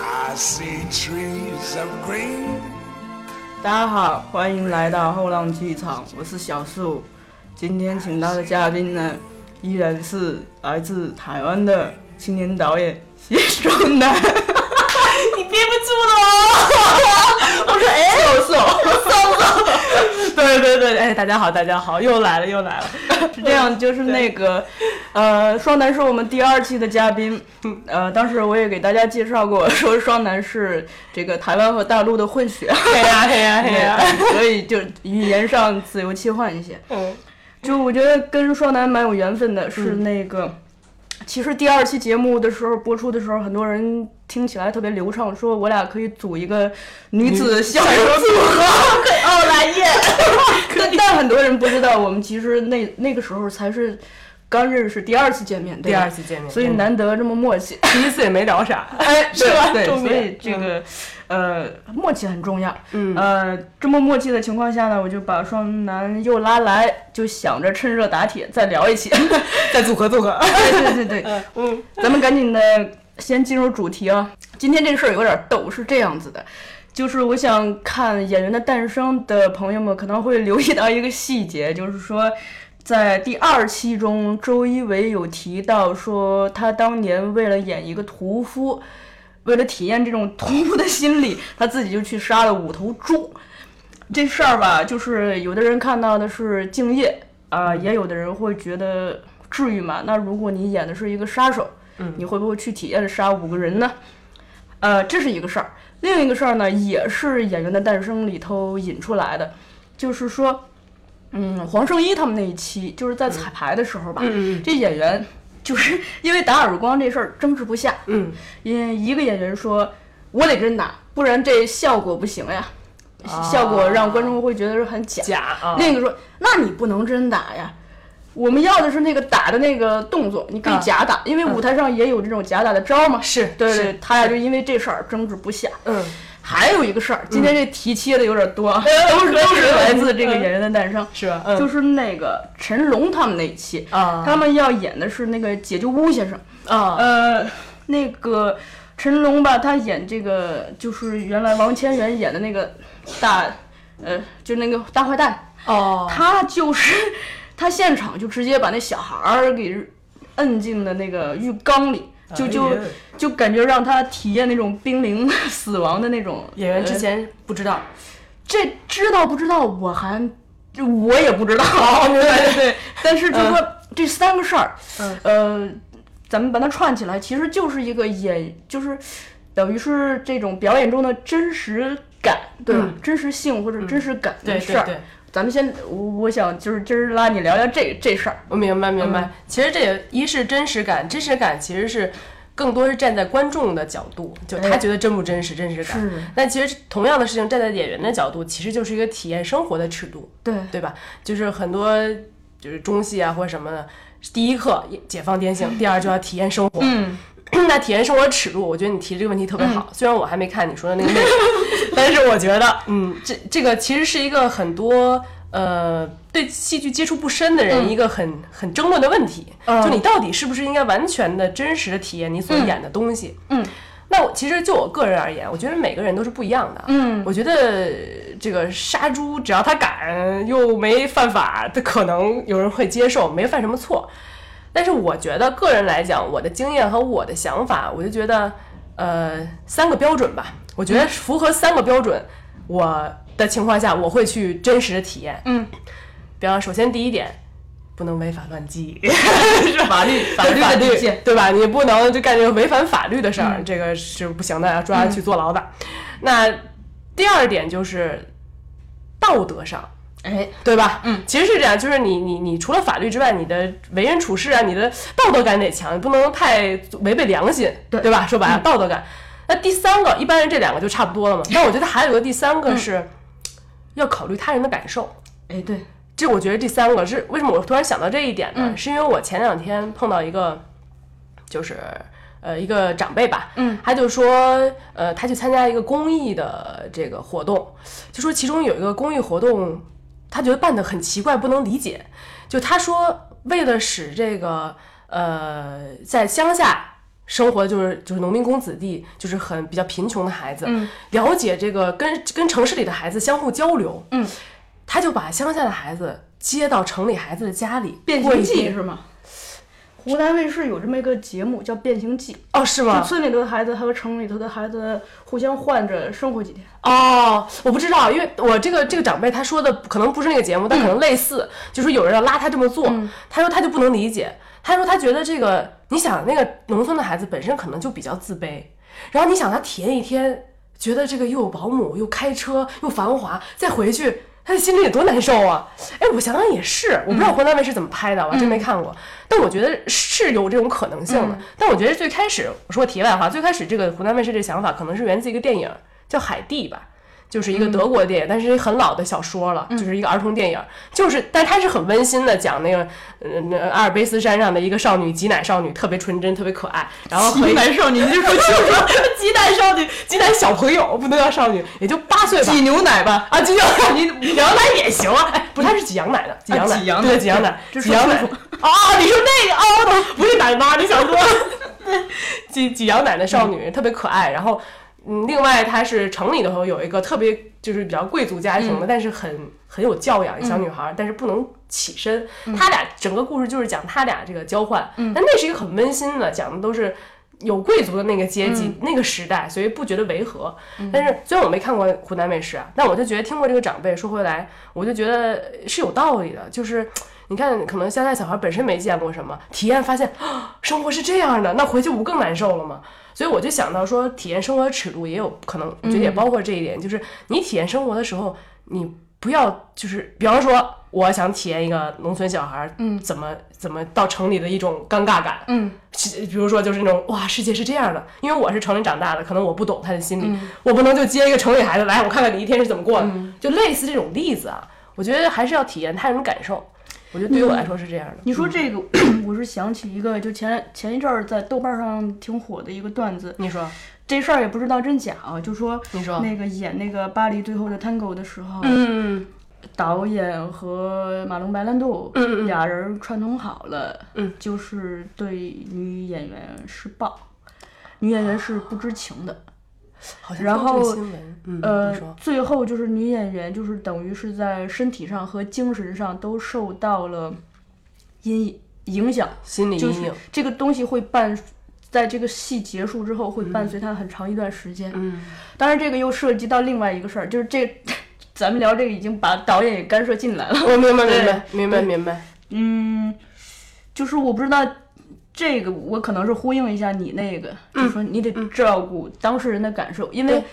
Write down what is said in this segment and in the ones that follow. I see trees of green. 大家好，欢迎来到后浪剧场，我是小树。今天请到的嘉宾呢，依然是来自台湾的青年导演谢壮南。你憋不住了哦！ 我说，哎，就是我，对对对，哎，大家好，大家好，又来了，又来了，是这 样，就是那个，呃，双楠是我们第二期的嘉宾。呃，当时我也给大家介绍过， 说双楠是这个台湾和大陆的混血，嘿呀嘿呀嘿 呀，所以就语言上自由切换一些。嗯，就我觉得跟双楠蛮有缘分的，是那个。其实第二期节目的时候播出的时候，很多人听起来特别流畅，说我俩可以组一个女子校友组合， 哦，来耶，但但很多人不知道，我们其实那那个时候才是刚认识第二次见面，对第吧二次见面，嗯所以难得这么默契，第一次也没聊啥， 哎，是吧对，重所以点这个呃默契很重要。嗯呃，这么默契的情况下呢，我就把双男又拉来，就想着趁热打铁再聊一期。再组合组合，对对 对对，嗯，咱们赶紧的先进入主题啊。今天这事儿有点逗，是这样子的，就是我想看《演员的诞生》的朋友们可能会留意到一个细节，就是说。在第二期中，周一围有提到说，他当年为了演一个屠夫，为了体验这种屠夫的心理，他自己就去杀了五头猪。这事儿吧，就是有的人看到的是敬业啊、也有的人会觉得至于吗？那如果你演的是一个杀手，你会不会去体验杀五个人呢？呃，这是一个事儿。另一个事儿呢，也是《演员的诞生》里头引出来的，就是说，嗯，黄圣依他们那一期，就是在彩排的时候吧，这演员就是因为打耳光这事儿争执不下，嗯，因一个演员说：“我得真打，不然这效果不行呀，效果让观众会觉得是很假。假啊，另一个说：“那你不能真打呀，我们要的是那个打的那个动作，你可以啊假打，因为舞台上也有这种假打的招儿嘛。是对是对，他俩就因为这事儿争执不下。嗯，还有一个事儿，今天这题切的有点多， 啊，都是可以都是来自这个嗯演员的诞生， 是吧？嗯就是那个陈龙他们那一期，啊他们要演的是那个解救乌先生。啊，呃，那个成龙吧，他演这个就是原来王千源演的那个大，呃，就那个大坏蛋，哦，他就是他现场就直接把那小孩儿给摁进了那个浴缸里。就就哎呀就感觉让他体验那种濒临 死亡的那种演员之呃前不知道，这知道不知道我还这我也不知道，明白 对对，但是就说这三个事儿，嗯呃，咱们把它串起来，其实就是一个演，就是等于是这种表演中的真实感，对吧？真实性或者真实感对的对事儿。对。咱们先，我我想就是今儿拉你聊聊这这事儿，我明白明白。其实这也一是真实感，真实感其实是更多是站在观众的角度，就他觉得真不真实，真实感是。但其实同样的事情站在演员的角度，其实就是一个体验生活的尺度，对对吧？就是很多就是中戏啊或者什么的，第一课解放天性，第二就要体验生活。嗯。 那体验生活尺度，我觉得你提这个问题特别好。虽然我还没看你说的那个 内容，但是我觉得，嗯，这这个其实是一个很多呃对戏剧接触不深的人一个很、很争论的问题，就你到底是不是应该完全的真实的体验你所演的东西？嗯嗯，那我其实就我个人而言，我觉得每个人都是不一样的。嗯，我觉得这个杀猪，只要他敢又没犯法，他可能有人会接受，没犯什么错。但是我觉得个人来讲，我的经验和我的想法，我就觉得，呃，三个标准吧。我觉得符合三个标准，我的情况下，我会去真实的体验。嗯，比方首先第一点，不能违法乱 纪，法律法律嗯法的律底线，对吧？你不能就干这个违反法律的事儿，这个是不行的，要抓嗯去坐牢的。那第二点就是道德上，哎，对吧？嗯，其实是这样，就是你你你除了法律之外，你的为人处事啊，你的道德感得强，你不能太违背良心，对嗯吧？说白了，道德感。那第三个，一般人这两个就差不多了嘛。但我觉得还有一个第三嗯个是，要考虑他人的感受。哎对，这我觉得这三个是为什么我突然想到这一点呢？是因为我前两天碰到一个，就是呃一个长辈吧，嗯，他就说呃他去参加一个公益的这个活动，就说其中有一个公益活动，他觉得办得很奇怪，不能理解。就他说为了使这个呃在乡下生活就是就是农民工子弟，就是很比较贫穷的孩子，嗯了解这个跟跟城市里的孩子相互交流，嗯，他就把乡下的孩子接到城里孩子的家里，变过形一记遍是吗？湖南卫视有这么一个节目叫《变形记》，哦，是吗就？村里头的孩子和城里头的孩子互相换着生活几 天。哦，我不知道，因为我这个这个长辈他说的可能不是那个节目，但可能类似，就说有人要拉他这么做，他说他就不能理解，他说他觉得这个，你想那个农村的孩子本身可能就比较自卑，然后你想他体验一天，觉得这个又有保姆，又开车，又繁华，再回去。他的心里得多难受啊！哎，我想想也是，我不知道湖南卫视怎么拍的，我还真没看过。但我觉得是有这种可能性的。但我觉得最开始，我说题外话，最开始这个湖南卫视这想法可能是源自一个电影叫《海蒂》吧，就是嗯一个德国电影，但是很老的小说了，就是一个儿童电影，就是，但它是很温馨的，讲那个呃那阿尔卑斯山上的一个少女，挤奶少女，特别纯真，特别可爱，然后和一个白少女，你就说挤奶少女， 挤奶小朋友，不能叫少女，也就八岁吧。牛奶吧，啊，挤羊奶，你羊奶也行啊，哎，不是，它是挤羊奶的，挤羊奶，啊挤羊奶对，挤羊奶，这挤羊奶。这哦，你说那个哦，不是奶妈，你想 多了。挤挤羊奶的少嗯女、特别可爱，然后。嗯，另外她是城里头有一个特别就是比较贵族家庭的，但是很很有教养的小女孩，但是不能起身。他俩整个故事就是讲他俩这个交换，但那是一个很温馨的，讲的都是有贵族的那个阶级、那个时代，所以不觉得违和。但是虽然我没看过湖南卫视啊，但我就觉得听过这个长辈说回来，我就觉得是有道理的，就是。你看，可能乡下小孩本身没见过什么，体验发现、 啊、生活是这样的，那回去不更难受了吗？所以我就想到说，体验生活的尺度也有可能，我觉得嗯也包括这一点，就是你体验生活的时候，你不要就是，比方说，我想体验一个农村小孩，嗯，怎么怎么到城里的一种尴尬感，嗯，比如说就是那种哇，世界是这样的，因为我是城里长大的，可能我不懂他的心理，嗯我不能就接一个城里孩子来，我看看你一天是怎么过的，就类似这种例子啊，我觉得还是要体验他人感受，我觉得对于我来说是这样的，嗯你说这个， 我是想起一个，就前前一阵儿在豆瓣上挺火的一个段子，你说，这事儿也不知道真假啊，就说你说那个演那个巴黎最后的 Tango 的时候，嗯导演和马龙白兰度、嗯嗯俩人串通好了，嗯就是对女演员施暴，女演员是不知情的。好像然说这个后新闻，嗯，呃你说，，最后就是女演员，就是等于是在身体上和精神上都受到了阴影影响，心理就阴是影，这个东西会伴，在这个戏结束之后会伴随她很长一段时间。嗯。当然，这个又涉及到另外一个事儿，就是这 咱们聊这个已经把导演也干涉进来了。我哦明白，明白，明白，明白。嗯，就是我不知道这个，我可能是呼应一下你那个，就说你得照顾当事人的感受，因为嗯对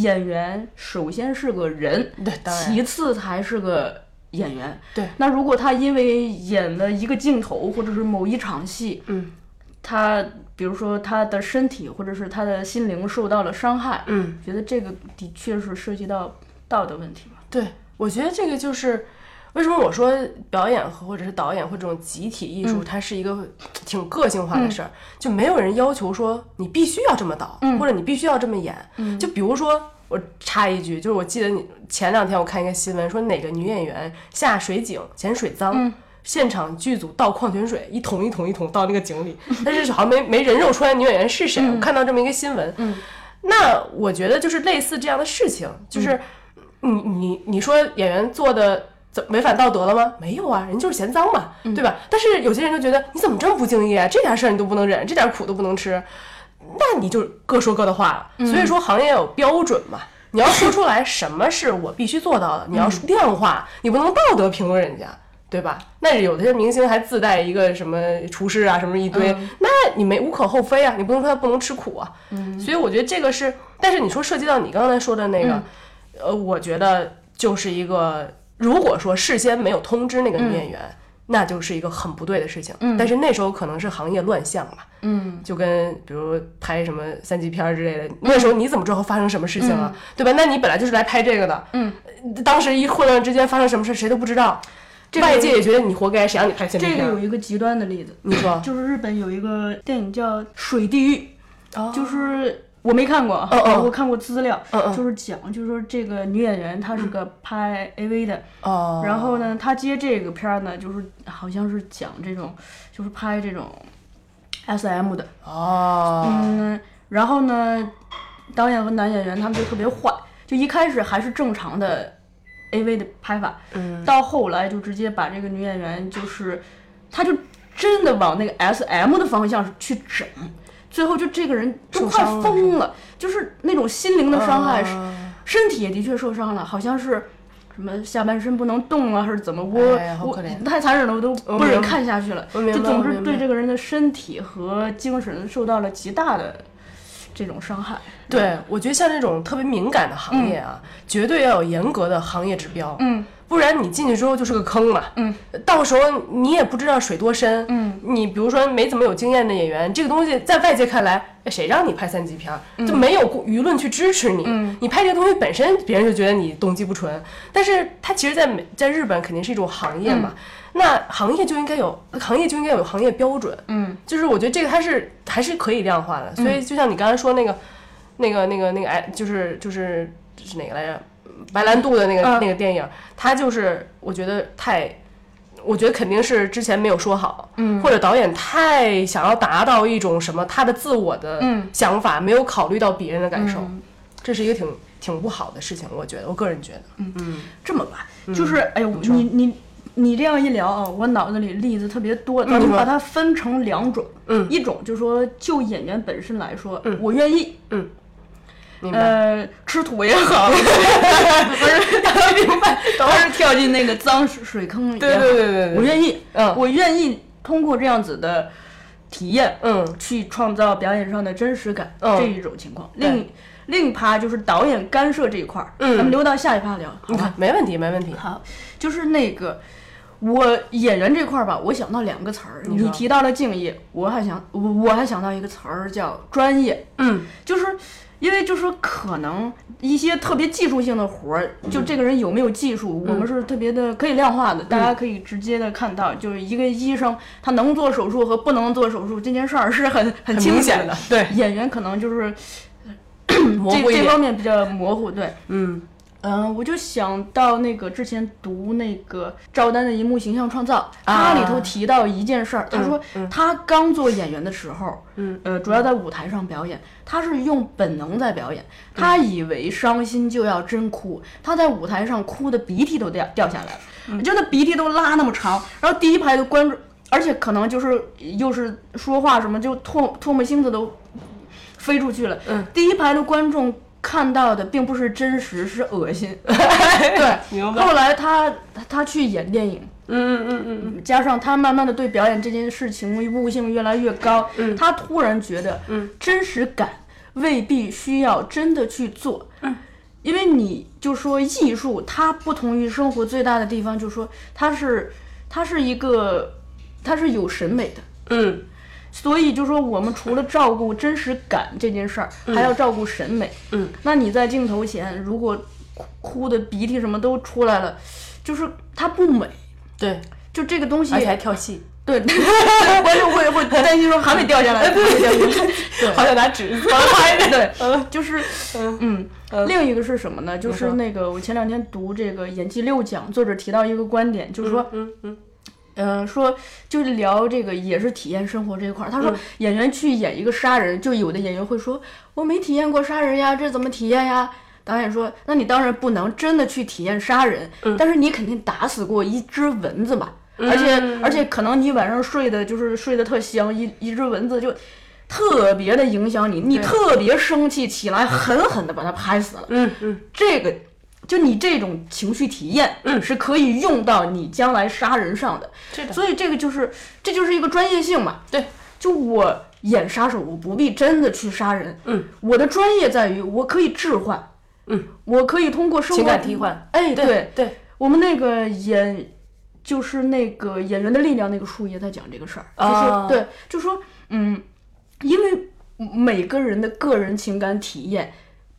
演员首先是个人，对，当然其次才是个演员。对，那如果他因为演了一个镜头或者是某一场戏，嗯，他比如说他的身体或者是他的心灵受到了伤害，嗯，觉得这个的确是涉及到道德问题吧。对，我觉得这个就是为什么我说表演和或者是导演或这种集体艺术，它是一个挺个性化的事儿，就没有人要求说你必须要这么导，或者你必须要这么演。就比如说。我插一句，就是我记得你前两天我看一个新闻，说哪个女演员下水井嫌水脏，现场剧组倒矿泉水，一桶一桶一桶倒那个井里，但是好像没没人肉出来女演员是谁。我看到这么一个新闻，那我觉得就是类似这样的事情，就是你你你说演员做的怎违反道德了吗？没有啊，人就是嫌脏嘛，对吧？但是有些人就觉得你怎么这么不敬业啊？这点事儿你都不能忍，这点苦都不能吃，那你就各说各的话了。所以说行业有标准嘛。你要说出来什么是我必须做到的，你要量化，你不能道德评论人家，对吧？那有些明星还自带一个什么厨师啊，什么一堆，那你没无可厚非啊，你不能说他不能吃苦啊。所以我觉得这个是，但是你说涉及到你刚才说的那个，呃，我觉得就是一个，如果说事先没有通知那嗯个女演员，那就是一个很不对的事情。但是那时候可能是行业乱象嘛，嗯，就跟比如拍什么三级片儿之类的，那时候你怎么知道会发生什么事情嗯啊？对吧？那你本来就是来拍这个的，嗯，当时一混乱之间发生什么事，谁都不知道，这个外界也觉得你活该，谁让你拍三级这片个儿？有一个极端的例子，你说，就是日本有一个电影叫《水地狱》，哦就是我没看过啊，嗯嗯我看过资料，嗯嗯就是讲，就是说这个女演员她是个拍 AV 的，哦，然后呢，她接这个片儿呢，就是好像是讲这种，就是拍这种 S M 的，哦，嗯，然后呢，导演和男演员他们就特别坏，就一开始还是正常的 A V 的拍法，嗯，到后来就直接把这个女演员就是，她就真的往那个 S M 的方向去整，最后就这个人都受快伤了疯了，就是那种心灵的伤害，啊身体也的确受伤了，好像是。什么下半身不能动啊，还是怎么？我、哎呀好我可怜太残忍了，我都我不忍明白看下去了。我明白就总我之明白对这个人的身体和精神受到了极大的这种伤害。对，嗯我觉得像这种特别敏感的行业啊，绝对要有严格的行业指标，嗯，不然你进去之后就是个坑嘛，嗯，到时候你也不知道水多深，嗯，你比如说没怎么有经验的演员，这个东西在外界看来，哎谁让你拍三级片儿，嗯就没有舆论去支持你，你拍这个东西本身别人就觉得你动机不纯，但是它其实在美在日本肯定是一种行业嗯嘛，那行业就应该有行业就应该有行业标准，嗯，就是我觉得这个它是还是可以量化的，所以就像你刚才说那个。那个那个那个哎，就是就是是哪个来着？白兰度的那个、嗯那个电影，他就是我觉得太，我觉得肯定是之前没有说好，嗯，或者导演太想要达到一种什么他的自我的嗯想法，没有考虑到别人的感受，这是一个挺挺不好的事情，我觉得，我个人觉得，嗯嗯这么吧，就是哎呦，你你你这样一聊啊，我脑子里例子特别多，咱们嗯说把它分成两种，嗯一种就是说就演员本身来说，我愿意，明白？嗯呃，吃土也 好，不是明白，还是跳进那个脏水坑也好，对对对对对我愿意，嗯我愿意通过这样子的体验，嗯去创造表演上的真实感，嗯这一种情况。对另一另一趴就是导演干涉这一块儿，嗯咱们留到下一趴聊，好你吧？看，没问题，没问题，好，就是那个我演员这块儿吧，我想到两个词儿，你说你提到了敬业，我还想我我还想到一个词儿叫专业，嗯，就是因为就是可能一些特别技术性的活儿，就嗯这个人有没有技术，我们是特别的可以量化的，大嗯家可以直接的看到，就是一个医生他能做手术和不能做手术这件事儿是很很很清明楚显的，对，演员可能就是模这糊嗯一这点，方面比较模糊，对。 嗯嗯，我就想到那个之前读那个赵丹的一幕形象创造，它啊里头提到一件事儿，他说他刚做演员的时候，嗯，呃，主要在舞台上表演，他是用本能在表演，嗯他以为伤心就要真哭，他在舞台上哭的鼻涕都掉掉下来嗯了，就那鼻涕都拉那么长，然后第一排的观众，而且可能就是又是说话什么就唾唾沫星子都飞出去了。嗯，第一排的观众看到的并不是真实，是恶 心。对，明白后来他他他去演电影，嗯嗯嗯嗯，加上他慢慢的对表演这件事情悟性越来越高，嗯他突然觉得，真实感未必需要真的去做，嗯因为你就说艺术，它不同于生活最大的地方，就是说它是它是一个它是有审美的，嗯所以就说我们除了照顾真实感这件事儿，还要照顾审美。嗯，那你在镜头前如果哭哭的鼻涕什么都出来了，就是它不美。对，就这个东西而，且还跳戏，对， 观众会会担心说还没掉下哎来，还没掉下来。对好想拿纸帮他拍的，对嗯， 就是嗯嗯，另一个是什么呢？就你是说那个我前两天读这个演技六讲，作者提到一个观点，就是说，嗯嗯嗯，说就是聊这个也是体验生活这一块儿。他嗯说演员去演一个杀人，就有的演员会说我没体验过杀人呀，这怎么体验呀？导演说，那你当然不能真的去体验杀人，嗯但是你肯定打死过一只蚊子吧？而且嗯而且可能你晚上睡的就是睡得特香，一一只蚊子就。特别的影响你，你特别生气起来，狠狠的把它拍死了。嗯嗯，这个就你这种情绪体验，嗯，是可以用到你将来杀人上的。是的所以这个就是这就是一个专业性嘛。对，就我演杀手，我不必真的去杀人。嗯，我的专业在于我可以置换。嗯，我可以通过生活情感替换。哎，对对我们那个演就是那个演员的力量那个书也在讲这个事儿，就是、啊对，就说嗯，因为每个人的个人情感体验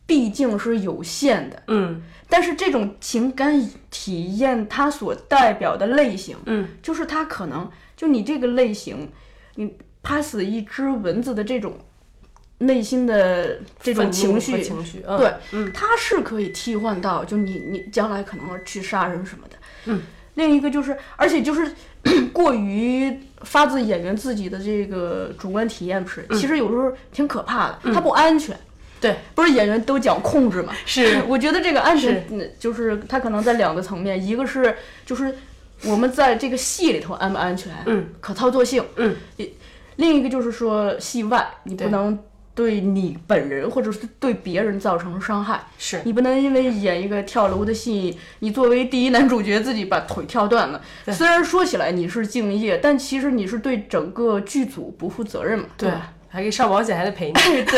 毕竟是有限的，嗯但是这种情感体验它所代表的类型，嗯，就是它可能就你这个类型，你拍死一只蚊子的这种内心的这种情绪，情绪，嗯对，它是可以替换到，就你你将来可能去杀人什么的，嗯，另一个就是，而且就是 过于发自演员自己的这个主观体验是，其实有时候挺可怕的，它不安全。对，不是演员都讲控制嘛？是 我觉得这个安全嗯就是它可能在两个层面，一个是就是我们在这个戏里头安不安全，嗯，可操作性，嗯一，另一个就是说戏外你不对能对你本人或者是对别人造成伤害，是你不能因为演一个跳楼的戏，你作为第一男主角自己把腿跳断了。虽然说起来你是敬业，但其实你是对整个剧组不负责任嘛，对吧？，还给上保险，还得赔你。 对。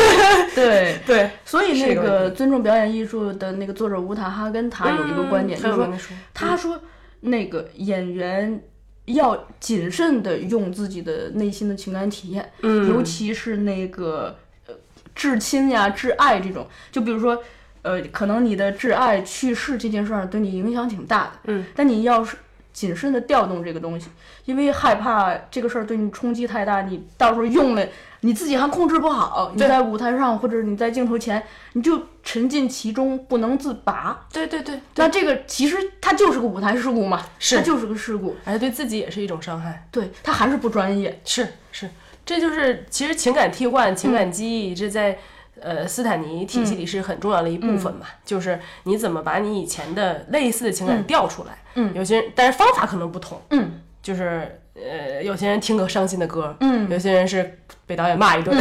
嗯 对，所以是那一个问个尊重表演艺术的那个作者吴塔哈根他有一个观点，嗯就是他有说跟你说他说那个演员要谨慎的用自己的内心的情感体验，嗯尤其是那个呃至亲呀、挚爱这种，就比如说。呃，可能你的挚爱去世这件事儿对你影响挺大的，嗯，但你要是谨慎的调动这个东西，因为害怕这个事儿对你冲击太大，你到时候用了你自己还控制不好，你对在舞台上或者你在镜头前，你就沉浸其中不能自拔。对对对，对那这个其实它就是个舞台事故嘛，是它就是个事故，而且对自己也是一种伤害。对，它还是不专业。是是，这就是其实情感替换、情嗯感记忆，这在呃斯坦尼体系里是很重要的一部分嘛，就是你怎么把你以前的类似的情感调出来。嗯嗯有些人，但是方法可能不同，嗯，就是。呃，有些人听个伤心的歌，嗯有些人是被导演骂一顿，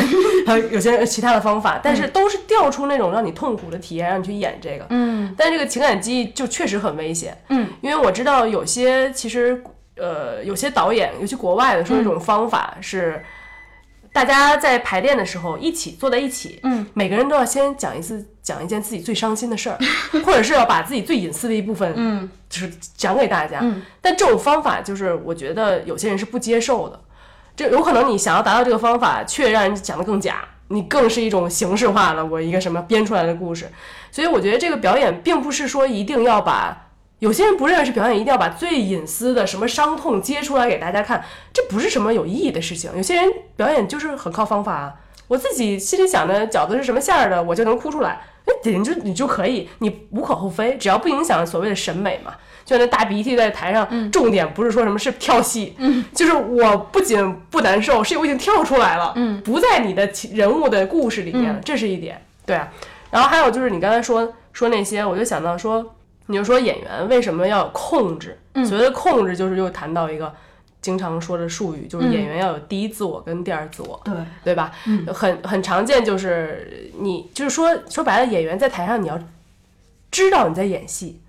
还有有些人有其他的方法，但是都是调出那种让你痛苦的体验，让你去演这个，嗯，但这个情感记忆就确实很危险，嗯，因为我知道有些其实呃有些导演，尤其国外的，说一嗯种方法是。大家在排练的时候一起坐在一起，嗯，每个人都要先讲一次讲一件自己最伤心的事儿，或者是要把自己最隐私的一部分，嗯，就是讲给大家。嗯但这种方法就是我觉得有些人是不接受的，这有可能你想要达到这个方法，却让人讲得更假，你更是一种形式化了我一个什么编出来的故事。所以我觉得这个表演并不是说一定要把有些人不认为是表演，一定要把最隐私的什么伤痛揭出来给大家看，这不是什么有意义的事情。有些人表演就是很靠方法啊，我自己心里想的饺子是什么馅儿的，我就能哭出来。那你就你就可以，你无可厚非，只要不影响所谓的审美嘛。就像那大鼻涕在台上，重点不是说什么是跳戏，就是我不仅不难受，是我已经跳出来了，嗯，不在你的其人物的故事里面了，这是一点，对啊。然后还有就是你刚才说说那些，我就想到说，你就说演员为什么要有控制？所谓的控制，就是又谈到一个经常说的术语，就是演员要有第一自我跟第二自我，对，对吧？很很常见，就是你就是说说白了，演员在台上你要知道你在演戏，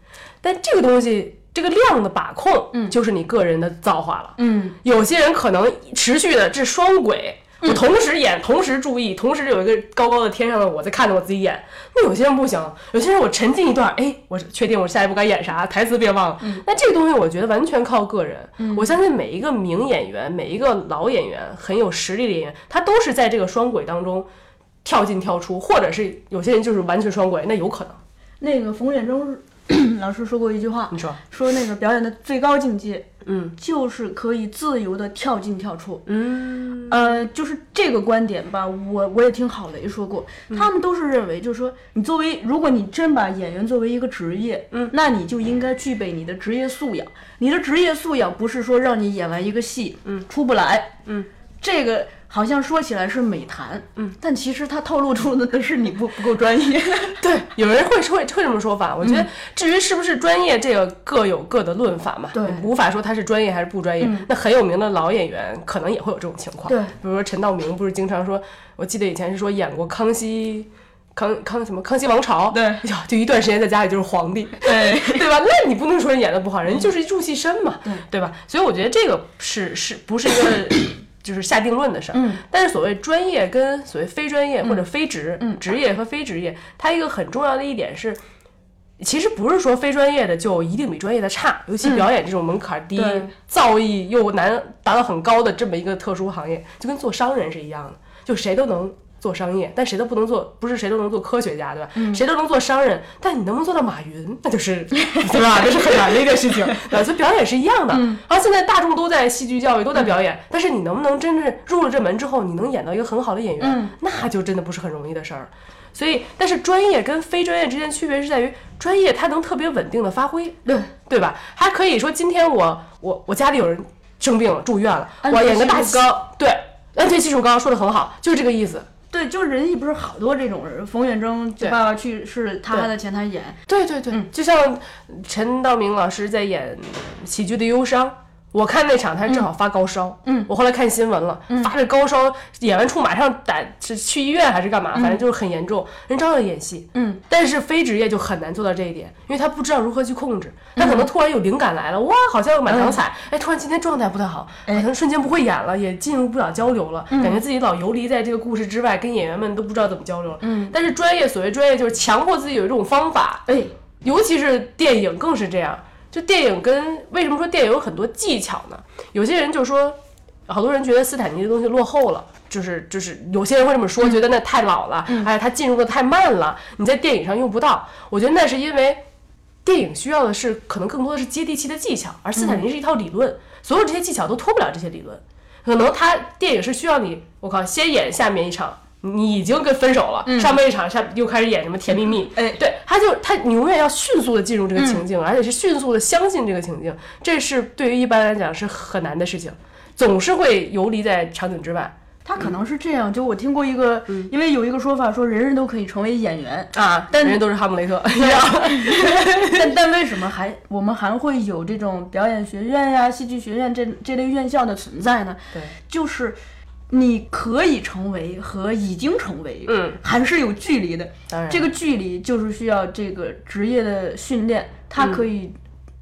但这个东西这个量的把控，就是你个人的造化了。嗯，有些人可能持续的这双轨，我同时演，同时注意，同时有一个高高的天上的我在看着我自己演。那有些人不行，有些人我沉浸一段，哎，我确定我下一步该演啥，台词别忘了。那这个东西我觉得完全靠个人。我相信每一个名演员，每一个老演员，很有实力的演员，他都是在这个双轨当中跳进跳出，或者是有些人就是完全双轨，那有可能。那个冯远征 老师说过一句话你，说，说那个表演的最高境界嗯就是可以自由的跳进跳出。嗯，呃，就是这个观点吧，我我也听郝雷说过，他们都是认为，就是说，你作为，如果你真把演员作为一个职业，嗯，那你就应该具备你的职业素养。你的职业素养不是说让你演完一个戏，嗯，出不来，嗯，这个好像说起来是美谈，嗯，但其实它透露出的是你不不够专业，对，有人会会会这么说法。我觉嗯得至于是不是专业，这个各有各的论法嘛，对嗯无法说他是专业还是不专业。那很有名的老演员可能也会有这种情况，对比如说陈道明不是经常说，我记得以前是说演过康熙。康康什么？康熙王朝？对哎 呀，就一段时间在家里就是 皇帝，对 对吧？那你不能说人演的不好，人嗯家就是一入戏深嘛，对吧？所以我觉得这个是是不是一个就是下定论的事儿？嗯但是所谓专业跟所谓非专业或者非职、嗯职业和非职业，它一个很重要的一点是。其实不是说非专业的就一定比专业的差，尤其表演这种门槛低、嗯对造诣又难达到很高的这么一个特殊行业，就跟做商人是一样的，就谁都能做商业，但谁都不能做，不是谁都能做科学家，对吧？谁都能做商人，但你能不能做到马云， 那就是对吧？这是很难的一件事情。 对吧，所以表演是一样的。而现在大众都在戏剧教育，都在表演，但是你能不能真正入了这门之后，你能演到一个很好的演员，那就真的不是很容易的事儿。所以，但是专业跟非专业之间区别是在于，专业它能特别稳定的发挥， 对，对吧？还可以说今天我我我家里有人生病了住院了，我安全演个大系喜数高，对，安全系数高，说的很好，就是这个意思。对，就是人艺不是好多这种人，冯远征对爸爸去世，他对还在前台演，对对对，就像陈道明老师在演《喜剧的忧伤》，我看那场他正好发高烧，嗯，我后来看新闻了，发着高烧，演完出马上打是去医院还是干嘛，反正就是很严重，人照样演戏，嗯，但是非职业就很难做到这一点，因为他不知道如何去控制，他可能突然有灵感来了，哇，好像要买糖彩，哎，突然今天状态不太好，好像瞬间不会演了，也进入不了交流了，感觉自己老游离在这个故事之外，跟演员们都不知道怎么交流了，嗯，但是专业所谓专业就是强迫自己有一种方法，哎，尤其是电影更是这样。就电影跟为什么说电影有很多技巧呢？有些人就说，好多人觉得斯坦尼的东西落后了，就是就是有些人会这么说，觉得那太老了，哎，他进入的太慢了，你在电影上用不到。我觉得那是因为电影需要的是可能更多的是接地气的技巧，而斯坦嗯尼是一套理论，所有这些技巧都脱不了这些理论。可能他电影是需要你，我靠，先演下面一场，你已经跟分手了，上面一场下又开始演什么甜蜜蜜，嗯哎嗯对，他就他你永远要迅速的进入这个情境，而且是迅速的相信这个情境，这是对于一般来讲是很难的事情，总是会游离在场景之外他可能是这样。就我听过一个，嗯因为有一个说法说人人都可以成为演员， 啊，但人家都是哈姆雷 特一样，但但为什么还我们还会有这种表演学院呀、戏剧学院这这类院校的存在呢？ 对，就是你可以成为和已经成为，嗯，还是有距离的。当然这个距离就是需要这个职业的训练，它可以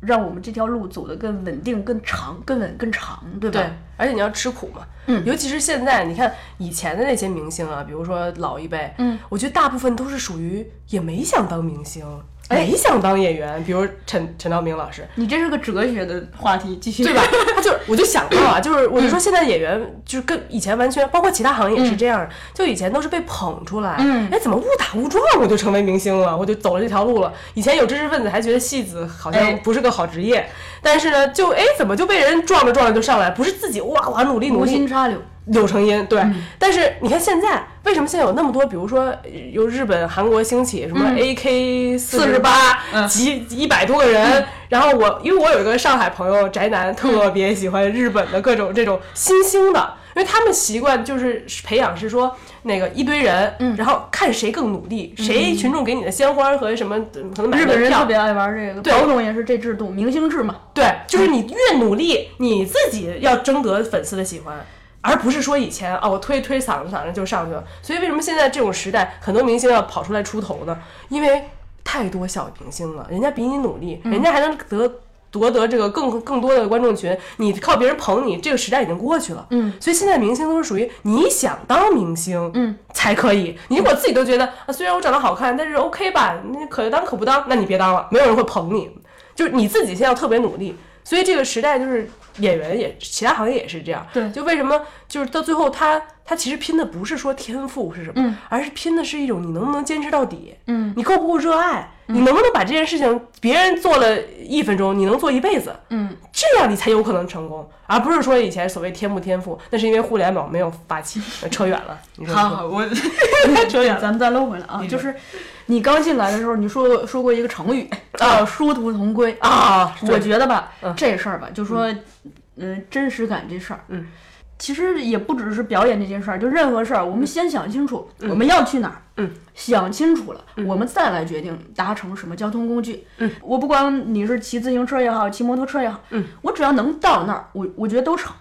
让我们这条路走得更稳定、更长、更稳、更长，对吧？对，而且你要吃苦嘛，嗯尤其是现在，你看以前的那些明星啊，比如说老一辈，嗯，我觉得大部分都是属于也没想当明星，哎没想当演员，比如陈陈道明老 师，你这是个哲学的话题，继续对吧？他就是，我就想到啊，就是我就嗯说现在演员就是跟以前完全，包括其他行业也是这样的，就以前都是被捧出来，嗯哎，怎么误打误撞我就成为明星了，我就走了这条路了。以前有知识分子还觉得戏子好像哎不是个好职业，但是呢，就哎怎么就被人撞着撞着就上来，不是自己哇哇努力努无力心，插柳，柳成荫，嗯对。但是你看现在，为什么现在有那么多，比如说呃有日本、韩国兴起什么 AK 四十八嗯几一百多个人，然后我因为我有一个上海朋友宅男，嗯特别喜欢日本的各种这种新兴的。因为他们习惯就是培养是说那个一堆人，嗯然后看谁更努力，谁群众给你的鲜花和什么嗯可能买日本门人票特别爱玩这个，对保总也是这制度，明星制嘛。对，就是你越努力，你自己要征得粉丝的喜欢，而不是说以前啊，我推推搡着搡着就上去了。所以为什么现在这种时代，很多明星要跑出来出头呢？因为太多小明星了，人家比你努力，人家还能得。夺得这个更更多的观众群，你靠别人捧你，这个时代已经过去了。嗯，所以现在明星都是属于你想当明星，嗯，才可以。你如果自己都觉得啊，虽然我长得好看，但是 OK 吧，那可当可不当，那你别当了，没有人会捧你。就是你自己先要特别努力。所以这个时代就是演员也，其他行业也是这样。对就为什么就是到最后他他其实拼的不是说天赋是什么，而是拼的是一种你能不能坚持到底，嗯，你够不够热爱，你能不能把这件事情别人做了一分钟，你能做一辈子，嗯，这样你才有可能成功，而不是说以前所谓天不天赋，那是因为互联网没有发起，呃扯远了。你说好说好， 我扯远了咱们再搂回来啊，就是你刚进来的时候，你说过说过一个成语啊叫“殊途同归”。啊，我觉得吧嗯，这事儿吧，就说，嗯，真实感这事儿，嗯，其实也不只是表演这件事儿，就任何事儿，我们先想清楚我们要去哪儿，嗯，想清楚了，我们再来决定搭乘什么交通工具，嗯，我不管你是骑自行车也好，骑摩托车也好，嗯，我只要能到那儿，我我觉得都成。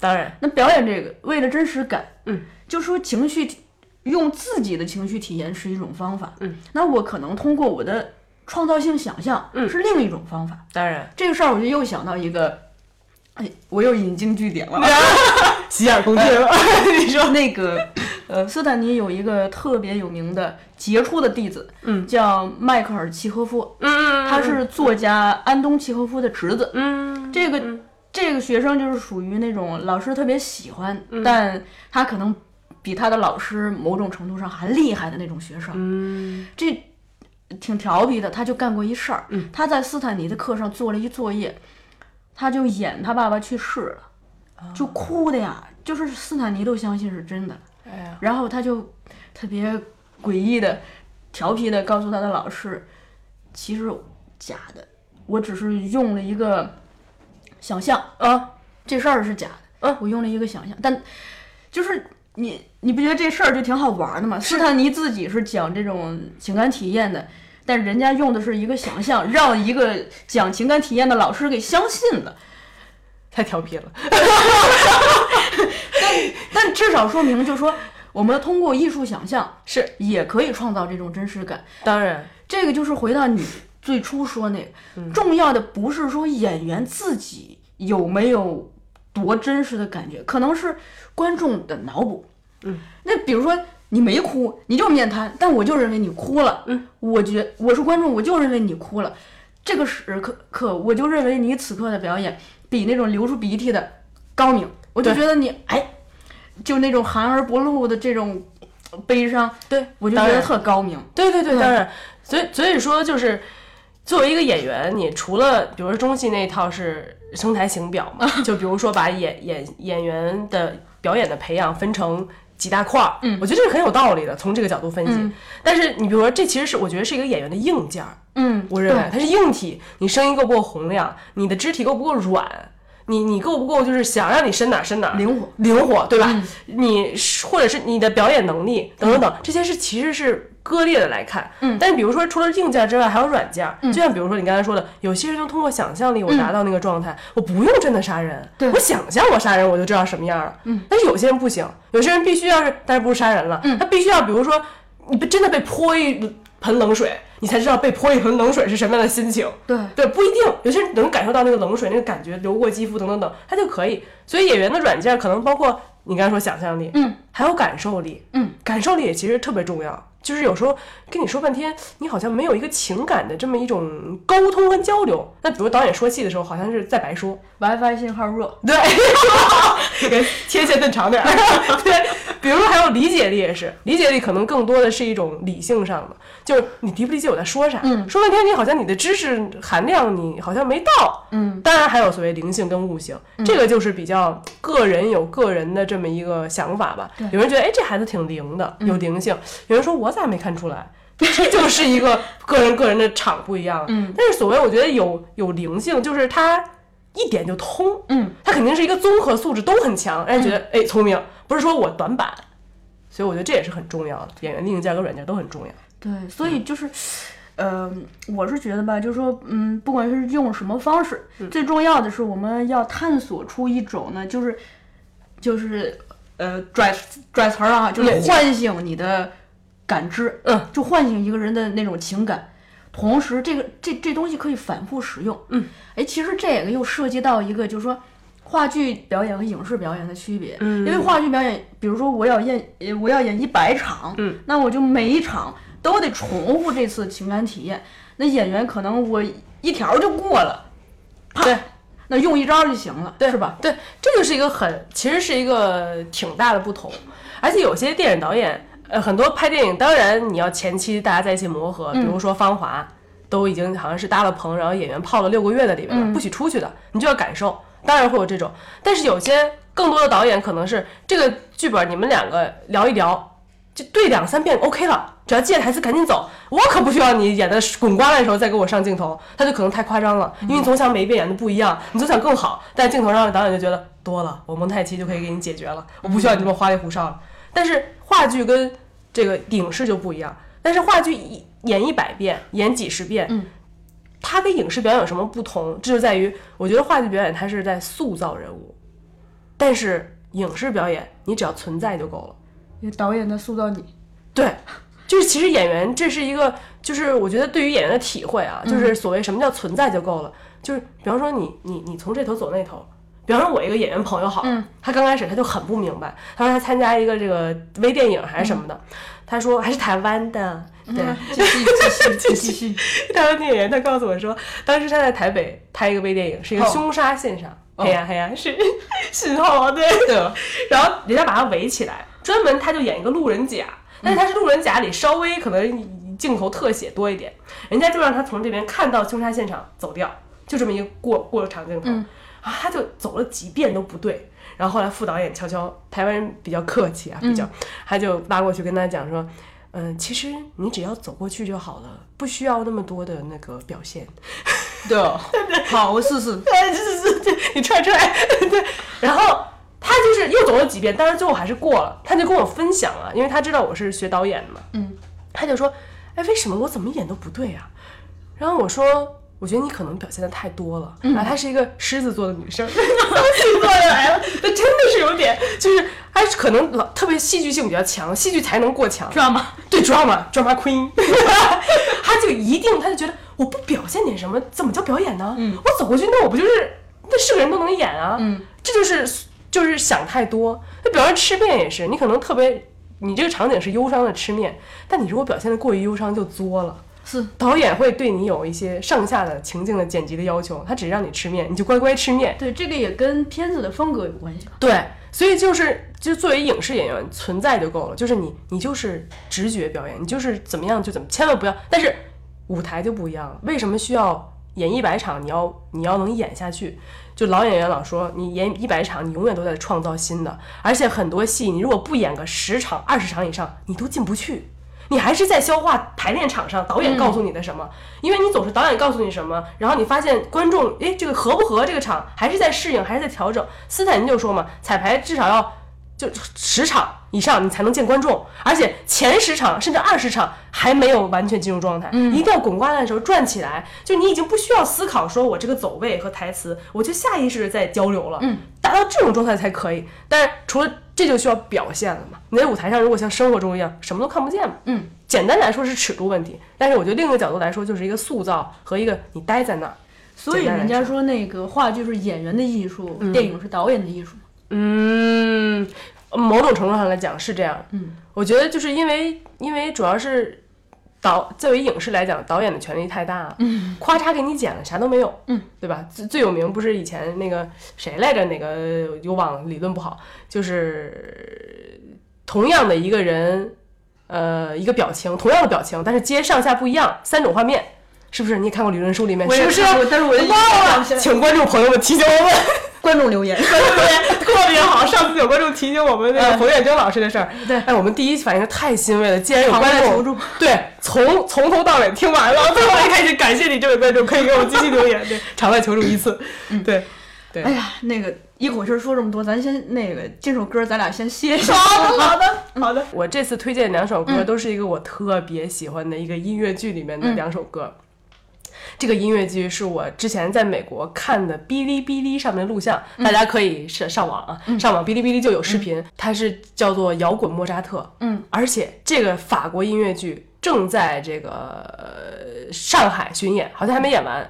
当然那表演这个，为了真实感，嗯，就说情绪体，用自己的情绪体验是一种方法，嗯，那我可能通过我的创造性想象，嗯，是另一种方法。当然，这个事儿我就又想到一个，哎，我又引经据典了。啊洗耳恭听了。你说那个，呃，斯坦尼有一个特别有名的杰出的弟子，嗯叫迈克尔契诃夫，嗯他是作家安东契诃夫的侄子。嗯这嗯个这个学生就是属于那种老师特别喜欢，但他可能比他的老师某种程度上还厉害的那种学生。嗯这挺调皮的，他就干过一事儿。嗯他在斯坦尼的课上做了一作业，他就演他爸爸去世哦了，就哭的呀，就是斯坦尼都相信是真的。哎呀，然后他就特别诡异的、调皮的告诉他的老师，其实假的，我只是用了一个想象，啊，这事儿是假的，嗯我用了一个想象，但就是你你不觉得这事儿就挺好玩儿的吗？斯坦尼自己是讲这种情感体验的，但人家用的是一个想象，让一个讲情感体验的老师给相信了， 太调皮了。但至少说明就说我们通过艺术想象是，也可以创造这种真实感，当然，这个就是回到你最初说那个，重要的不是说演员自己有没有多真实的感觉，可能是观众的脑补。嗯，那比如说你没哭，你就面瘫，但我就认为你哭了。嗯，我觉我是观众，我就认为你哭了。这个时刻刻，我就认为你此刻的表演比那种流出鼻涕的高明，我就觉得你哎，就那种含而不露的这种悲伤，对我就觉当得然特高明。对对对，嗯当然，所以所以说就是，作为一个演员，你除了比如说中戏那一套是生台形表 嘛，就比如说把演演演员的表演的培养分成几大块儿，嗯，我觉得这是很有道理的，从这个角度分析。但是你比如说，这其实是我觉得是一个演员的硬件儿，嗯，我认为对它是硬体，你声音够不够洪亮，你的肢体够不够软，你你够不够就是想让你伸哪儿伸哪儿，灵活灵活，嗯对吧？你是或者是你的表演能力等等等，这些是其实是割裂的来看。嗯，但是比如说除了硬件之外，还有软件。嗯，就像比如说你刚才说的，有些人能通过想象力我达到那个状态，我不用真的杀人，对我想象我杀人我就知道什么样了。嗯，但是有些人不行，有些人必须要是，但是不是杀人了，嗯，他必须要比如说你被真的被泼一盆冷水，你才知道被泼一盆冷水是什么样的心情。对对，不一定，有些人能感受到那个冷水那个感觉流过肌肤等等等，他就可以。所以演员的软件可能包括你刚才说想象力，嗯，还有感受力，嗯，感受力也其实特别重要。就是有时候跟你说半天，你好像没有一个情感的这么一种沟通跟交流。那比如导演说戏的时候，好像是在白说， WiFi 信号弱，对，这个切线更长点儿。对，比如说还有理解力也是，理解力可能更多的是一种理性上的，就是你理不理解我在说啥。嗯说半天你好像你的知识含量你好像没到。嗯，当然还有所谓灵性跟悟性，这个就是比较个人有个人的这么一个想法吧。有人觉得哎这孩子挺灵的，嗯有灵性；有人说我咋没看出来？这就是一个个人个人的场不一样。嗯，但是所谓我觉得有有灵性，就是他一点就通。嗯，他肯定是一个综合素质都很强，让人觉得哎聪明，不是说我短板。所以我觉得这也是很重要的，演员的硬件跟软件都很重要。对，所以就是，呃，我是觉得吧，就是说，嗯，不管是用什么方式，嗯最重要的是我们要探索出一种呢，就是，就是，呃，拽拽词儿啊，就是嗯唤醒你的感知，嗯，就唤醒一个人的那种情感。同时，这个这这东西可以反复使用，嗯，哎，其实这个又涉及到一个，就是说。话剧表演和影视表演的区别，嗯、因为话剧表演，比如说我要演，呃我要演一百场，嗯、那我就每一场都得重复这次情感体验。那演员可能我一条就过了，啪对，那用一招就行了，对是吧？？对，这就是一个很，其实是一个挺大的不同。而且有些电影导演，呃，很多拍电影，当然你要前期大家在一起磨合，比如说《芳华》都已经好像是搭了棚，然后演员泡了六个月在里面了，不许出去的，你就要感受。当然会有这种，但是有些更多的导演可能是这个剧本你们两个聊一聊，就对两三遍 OK 了，只要记得台词赶紧走。我可不需要你演的滚瓜烂的时候再给我上镜头，他就可能太夸张了，因为你总想每一遍演的不一样，你总想更好，但镜头上的导演就觉得多了，我蒙太奇就可以给你解决了，我不需要你这么花里胡哨了。但是话剧跟这个影视就不一样，但是话剧一演一百遍，演几十遍，它跟影视表演有什么不同？这就在于，我觉得话剧表演它是在塑造人物，但是影视表演你只要存在就够了。因为导演在塑造你，对，就是其实演员这是一个，就是我觉得对于演员的体会啊，就是所谓什么叫存在就够了。就是比方说你你你从这头走那头，比方说我一个演员朋友好了，他刚开始他就很不明白，他说他参加一个这个微电影还是什么的，他说还是台湾的，对，嗯继续继续 继续， 台湾电影人，他告诉我说，当时他在台北拍一个微电影，是一个哦凶杀现场。哎黑暗黑暗是信号啊，对对吧？ 然后人家把他围起来，专门他就演一个路人甲，但是他是路人甲里稍微可能镜头特写多一点，人家就让他从这边看到凶杀现场走掉，就这么一个过过场镜头、嗯啊，他就走了几遍都不对。然后后来副导演悄悄，台湾人比较客气啊，比较，他就拉过去跟他讲说，嗯，其实你只要走过去就好了，不需要那么多的那个表现。对哦，好，我试试。对，就是对，你踹踹， 对。然后他就是又走了几遍，但是最后还是过了。他就跟我分享了，因为他知道我是学导演的嘛，嗯，他就说，哎，为什么我怎么演都不对啊？然后我说。我觉得你可能表现的太多了，然后她是一个狮子座的女生， 狮子座的来了，那真的是有点，就是她可能老特别戏剧性比较强，戏剧才能过强，知道吗？对 drama drama queen，他就一定他就觉得我不表现点什么，怎么叫表演呢？我走过去，那我不就是那是个人都能演啊？这就是就是想太多。那比方说吃面也是，你可能特别，你这个场景是忧伤的吃面，但你如果表现的过于忧伤就作了。是导演会对你有一些上下的情境的剪辑的要求，他只让你吃面，你就乖乖吃面，对，这个也跟片子的风格有关系吧。对，所以就是就作为影视演员存在就够了，就是你你就是直觉表演，你就是怎么样就怎么，千万不要。但是舞台就不一样了，为什么需要演一百场？你要你要能演下去。就老演员老说，你演一百场，你永远都在创造新的，而且很多戏你如果不演个十场、二十场以上，你都进不去。你还是在消化排练场上导演告诉你的什么，因为你总是导演告诉你什么，然后你发现观众诶这个合不合这个场，还是在适应，还是在调整。斯坦尼就说嘛，彩排至少要就十场以上你才能见观众，而且前十场甚至二十场还没有完全进入状态，一定要滚瓜烂熟转起来，就你已经不需要思考说我这个走位和台词，我就下意识地在交流了，达到这种状态才可以。但是除了这就需要表现了嘛，你在舞台上如果像生活中一样什么都看不见嘛，嗯，简单来说是尺度问题，但是我觉得另一个角度来说就是一个塑造和一个你待在那儿，所以人家说嗯那个话剧是演员的艺术，电影是导演的艺术嘛。嗯，某种程度上来讲是这样。嗯，我觉得就是因为因为主要是导作为影视来讲，导演的权利太大了。嗯，咔嚓给你剪了，啥都没有。嗯，对吧？最最有名不是以前那个谁来着？哪个有网理论不好，就是同样的一个人，呃，一个表情，同样的表情，但是接上下不一样，三种画面。是不是你也看过理论书里面？我也是不是看过？但是我就忘想了，不起来 请观众朋友们提醒我们。观众留言，哎对， 特别好。上次 有观众提醒我们那个冯远征老师的事儿，嗯对哎，我们第一反应是太欣慰了，竟然有旁观观众求助对，从从头到尾听 完了，最后一开始感谢你这位观众，可以给我们继续留言，对，场外求助一次，对。哎呀，那个一口气儿说这么多，咱先那个这首歌，咱俩先歇一下。嗯好的，好的。我这次推荐两首歌，都是一个我特别喜欢的一个音乐剧里面的两首歌。这个音乐剧是我之前在美国看的哔哩哔哩上面的录像，大家可以上上网啊，上网哔哩哔哩就有视频。它是叫做《摇滚莫扎特》，嗯，而且这个法国音乐剧正在这个呃上海巡演，好像还没演完。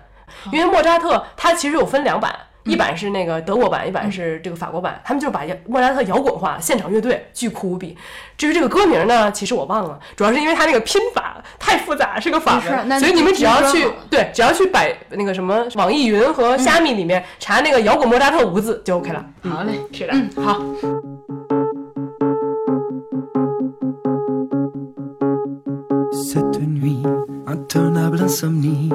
因为莫扎特他其实有分两版，一版是那个德国版，一版是这个法国版。他们就是把摇莫扎特摇滚化，现场乐队巨酷无比。至于这个歌名呢，其实我忘了，主要是因为他那个拼法太复杂，是个法没事那文，所以你们只要去听歌好了对，只要去百那个什么网易云和虾米里面查那个摇滚莫扎特五个字就 OK 了。好嘞，是的，好。 Cette nuit, intenable insomnie,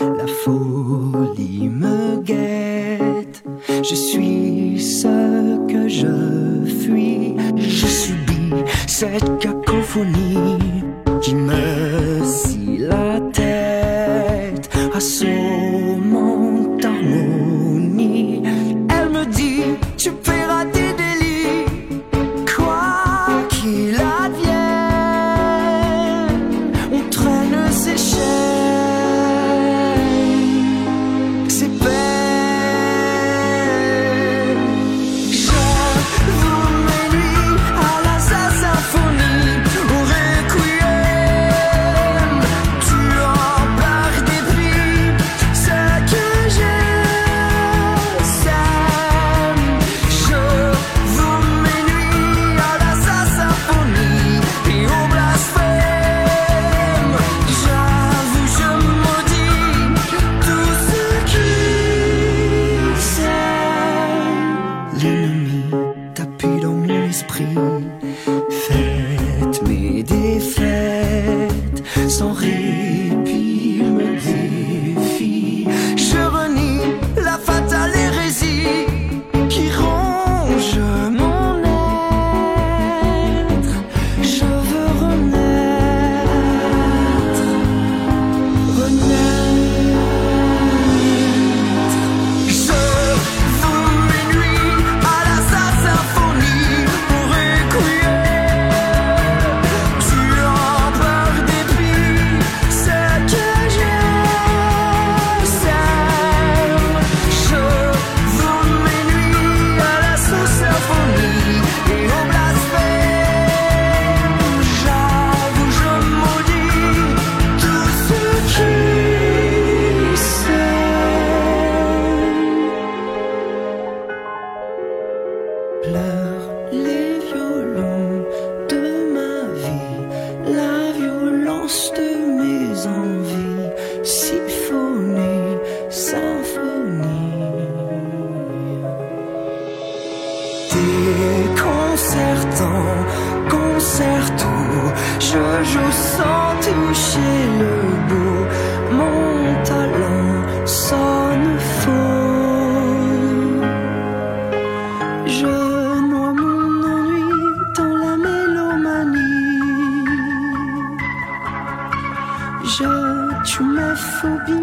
la folie me guette. Je suis ce que je fuis, je subis cette cacophonie qui me scie la tête. Assommante harmonie, elle me dit, tu paieras tes délits. Quoi qu'il advienne, on traîne ses chaînes, ses peines. Je vous mes nuits à la sa symphonie, au les violons de ma vie, la violence de mes envies, symphonie, symphonie. Déconcertant, concerto, je joue sans toucher le bout. Mon talent sonne faux. Je noie mon ennui dans la mélomanie. Je tue ma phobie